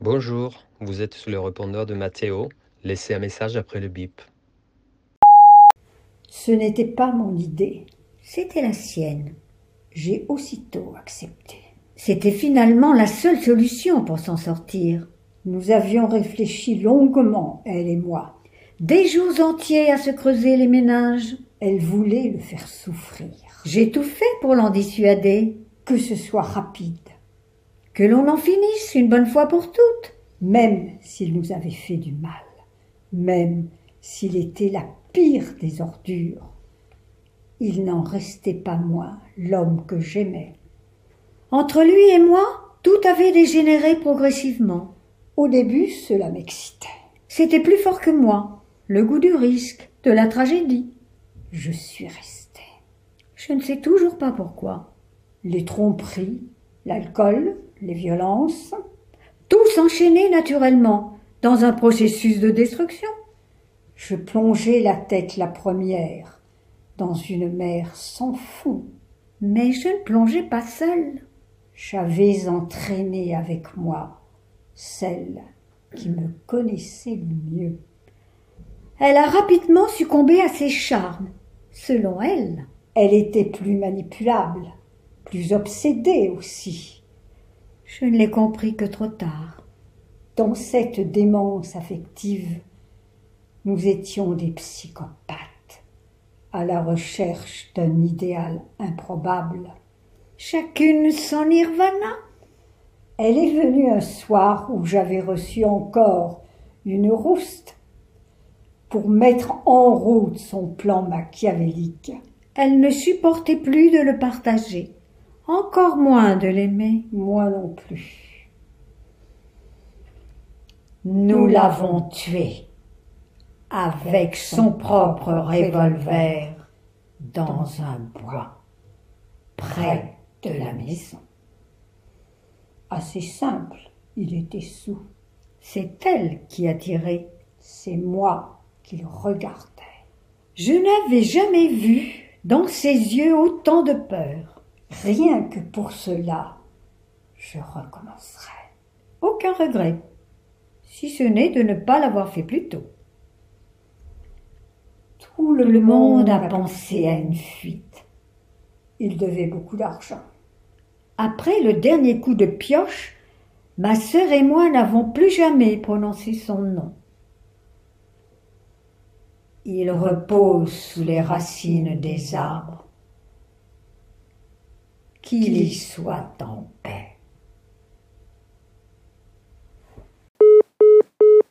Bonjour, vous êtes sur le répondeur de Mathéo. Laissez un message après le bip. Ce n'était pas mon idée, c'était la sienne. J'ai aussitôt accepté. C'était finalement la seule solution pour s'en sortir. Nous avions réfléchi longuement, elle et moi, des jours entiers à se creuser les méninges. Elle voulait le faire souffrir. J'ai tout fait pour l'en dissuader. Que ce soit rapide, que l'on en finisse une bonne fois pour toutes, même s'il nous avait fait du mal, même s'il était la pire des ordures. Il n'en restait pas moins l'homme que j'aimais. Entre lui et moi, tout avait dégénéré progressivement. Au début, cela m'excitait. C'était plus fort que moi, le goût du risque, de la tragédie. Je suis restée. Je ne sais toujours pas pourquoi. Les tromperies, l'alcool, les violences, tout s'enchaînait naturellement dans un processus de destruction. Je plongeai la tête la première dans une mer sans fond. Mais je ne plongeais pas seule. J'avais entraîné avec moi celle qui me connaissait le mieux. Elle a rapidement succombé à ses charmes, selon elle. Elle était plus manipulable, plus obsédée aussi. Je ne l'ai compris que trop tard. Dans cette démence affective, nous étions des psychopathes à la recherche d'un idéal improbable. Chacune son nirvana. Elle est venue un soir où j'avais reçu encore une rouste pour mettre en route son plan machiavélique. Elle ne supportait plus de le partager encore moins de l'aimer. Moi non plus. Nous l'avons tué avec son propre revolver dans un bois près de la maison. Assez simple, il était sous. C'est elle qui a tiré. C'est moi qui le regardais. Je n'avais jamais vu dans ses yeux autant de peur. Rien que pour cela, je recommencerai. Aucun regret, si ce n'est de ne pas l'avoir fait plus tôt. Tout le, le monde, monde a pensé à une fuite. Il devait beaucoup d'argent. Après le dernier coup de pioche, ma sœur et moi n'avons plus jamais prononcé son nom. Il repose sous les racines des arbres qu'il y soit en